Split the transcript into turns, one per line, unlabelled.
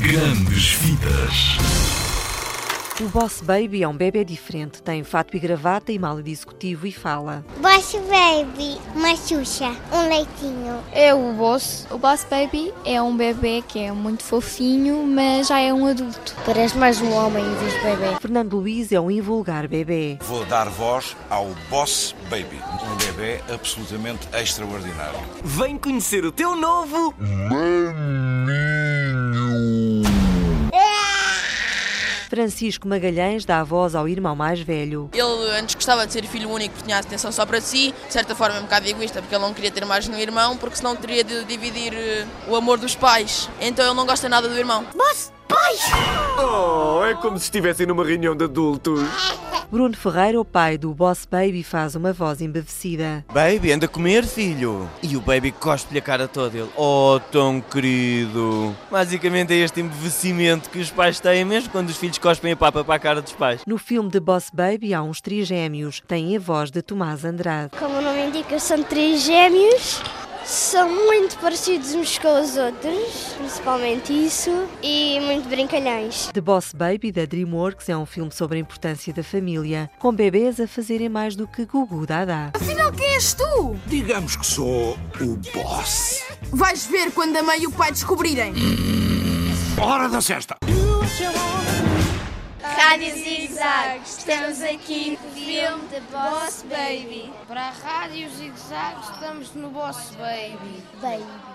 Grandes Vidas.
O Boss Baby é um bebê diferente, tem fato e gravata e mal executivo e fala.
Boss Baby, uma xuxa, um leitinho.
É o Boss. O Boss Baby é um bebê que é muito fofinho, mas já é um adulto.
Parece mais um homem em vez de bebê.
Fernando Luiz é um invulgar bebê.
Vou dar voz ao Boss Baby, um bebê absolutamente extraordinário.
Vem conhecer o teu novo.
Francisco Magalhães dá a voz ao irmão mais velho.
Ele antes gostava de ser filho único, porque tinha atenção só para si, de certa forma é um bocado egoísta, porque ele não queria ter mais um irmão, porque senão teria de dividir eh, o amor dos pais. Então ele não gosta nada do irmão.
Oh, é como se estivessem numa reunião de adultos.
Bruno Ferreira, o pai do Boss Baby, faz uma voz embevecida.
Baby, anda a comer, filho. E o baby cospe-lhe a cara toda. Ele, oh, tão querido. Basicamente é este embevecimento que os pais têm, mesmo quando os filhos cospem a papa para a cara dos pais.
No filme de Boss Baby há uns trigêmeos, têm a voz de Tomás Andrade.
Como o nome indica, são três gêmeos. São muito parecidos uns com os outros, principalmente isso, e muito brincalhões.
The Boss Baby da DreamWorks é um filme sobre a importância da família, com bebês a fazerem mais do que Gugu Dada.
Digamos que sou o Boss.
Vais ver quando a mãe e o pai descobrirem.
Hora da cesta!
Rádio Zig Zag, estamos aqui no filme de Boss Baby.
Para a Rádio Zig Zag, estamos no Boss Baby.
Baby.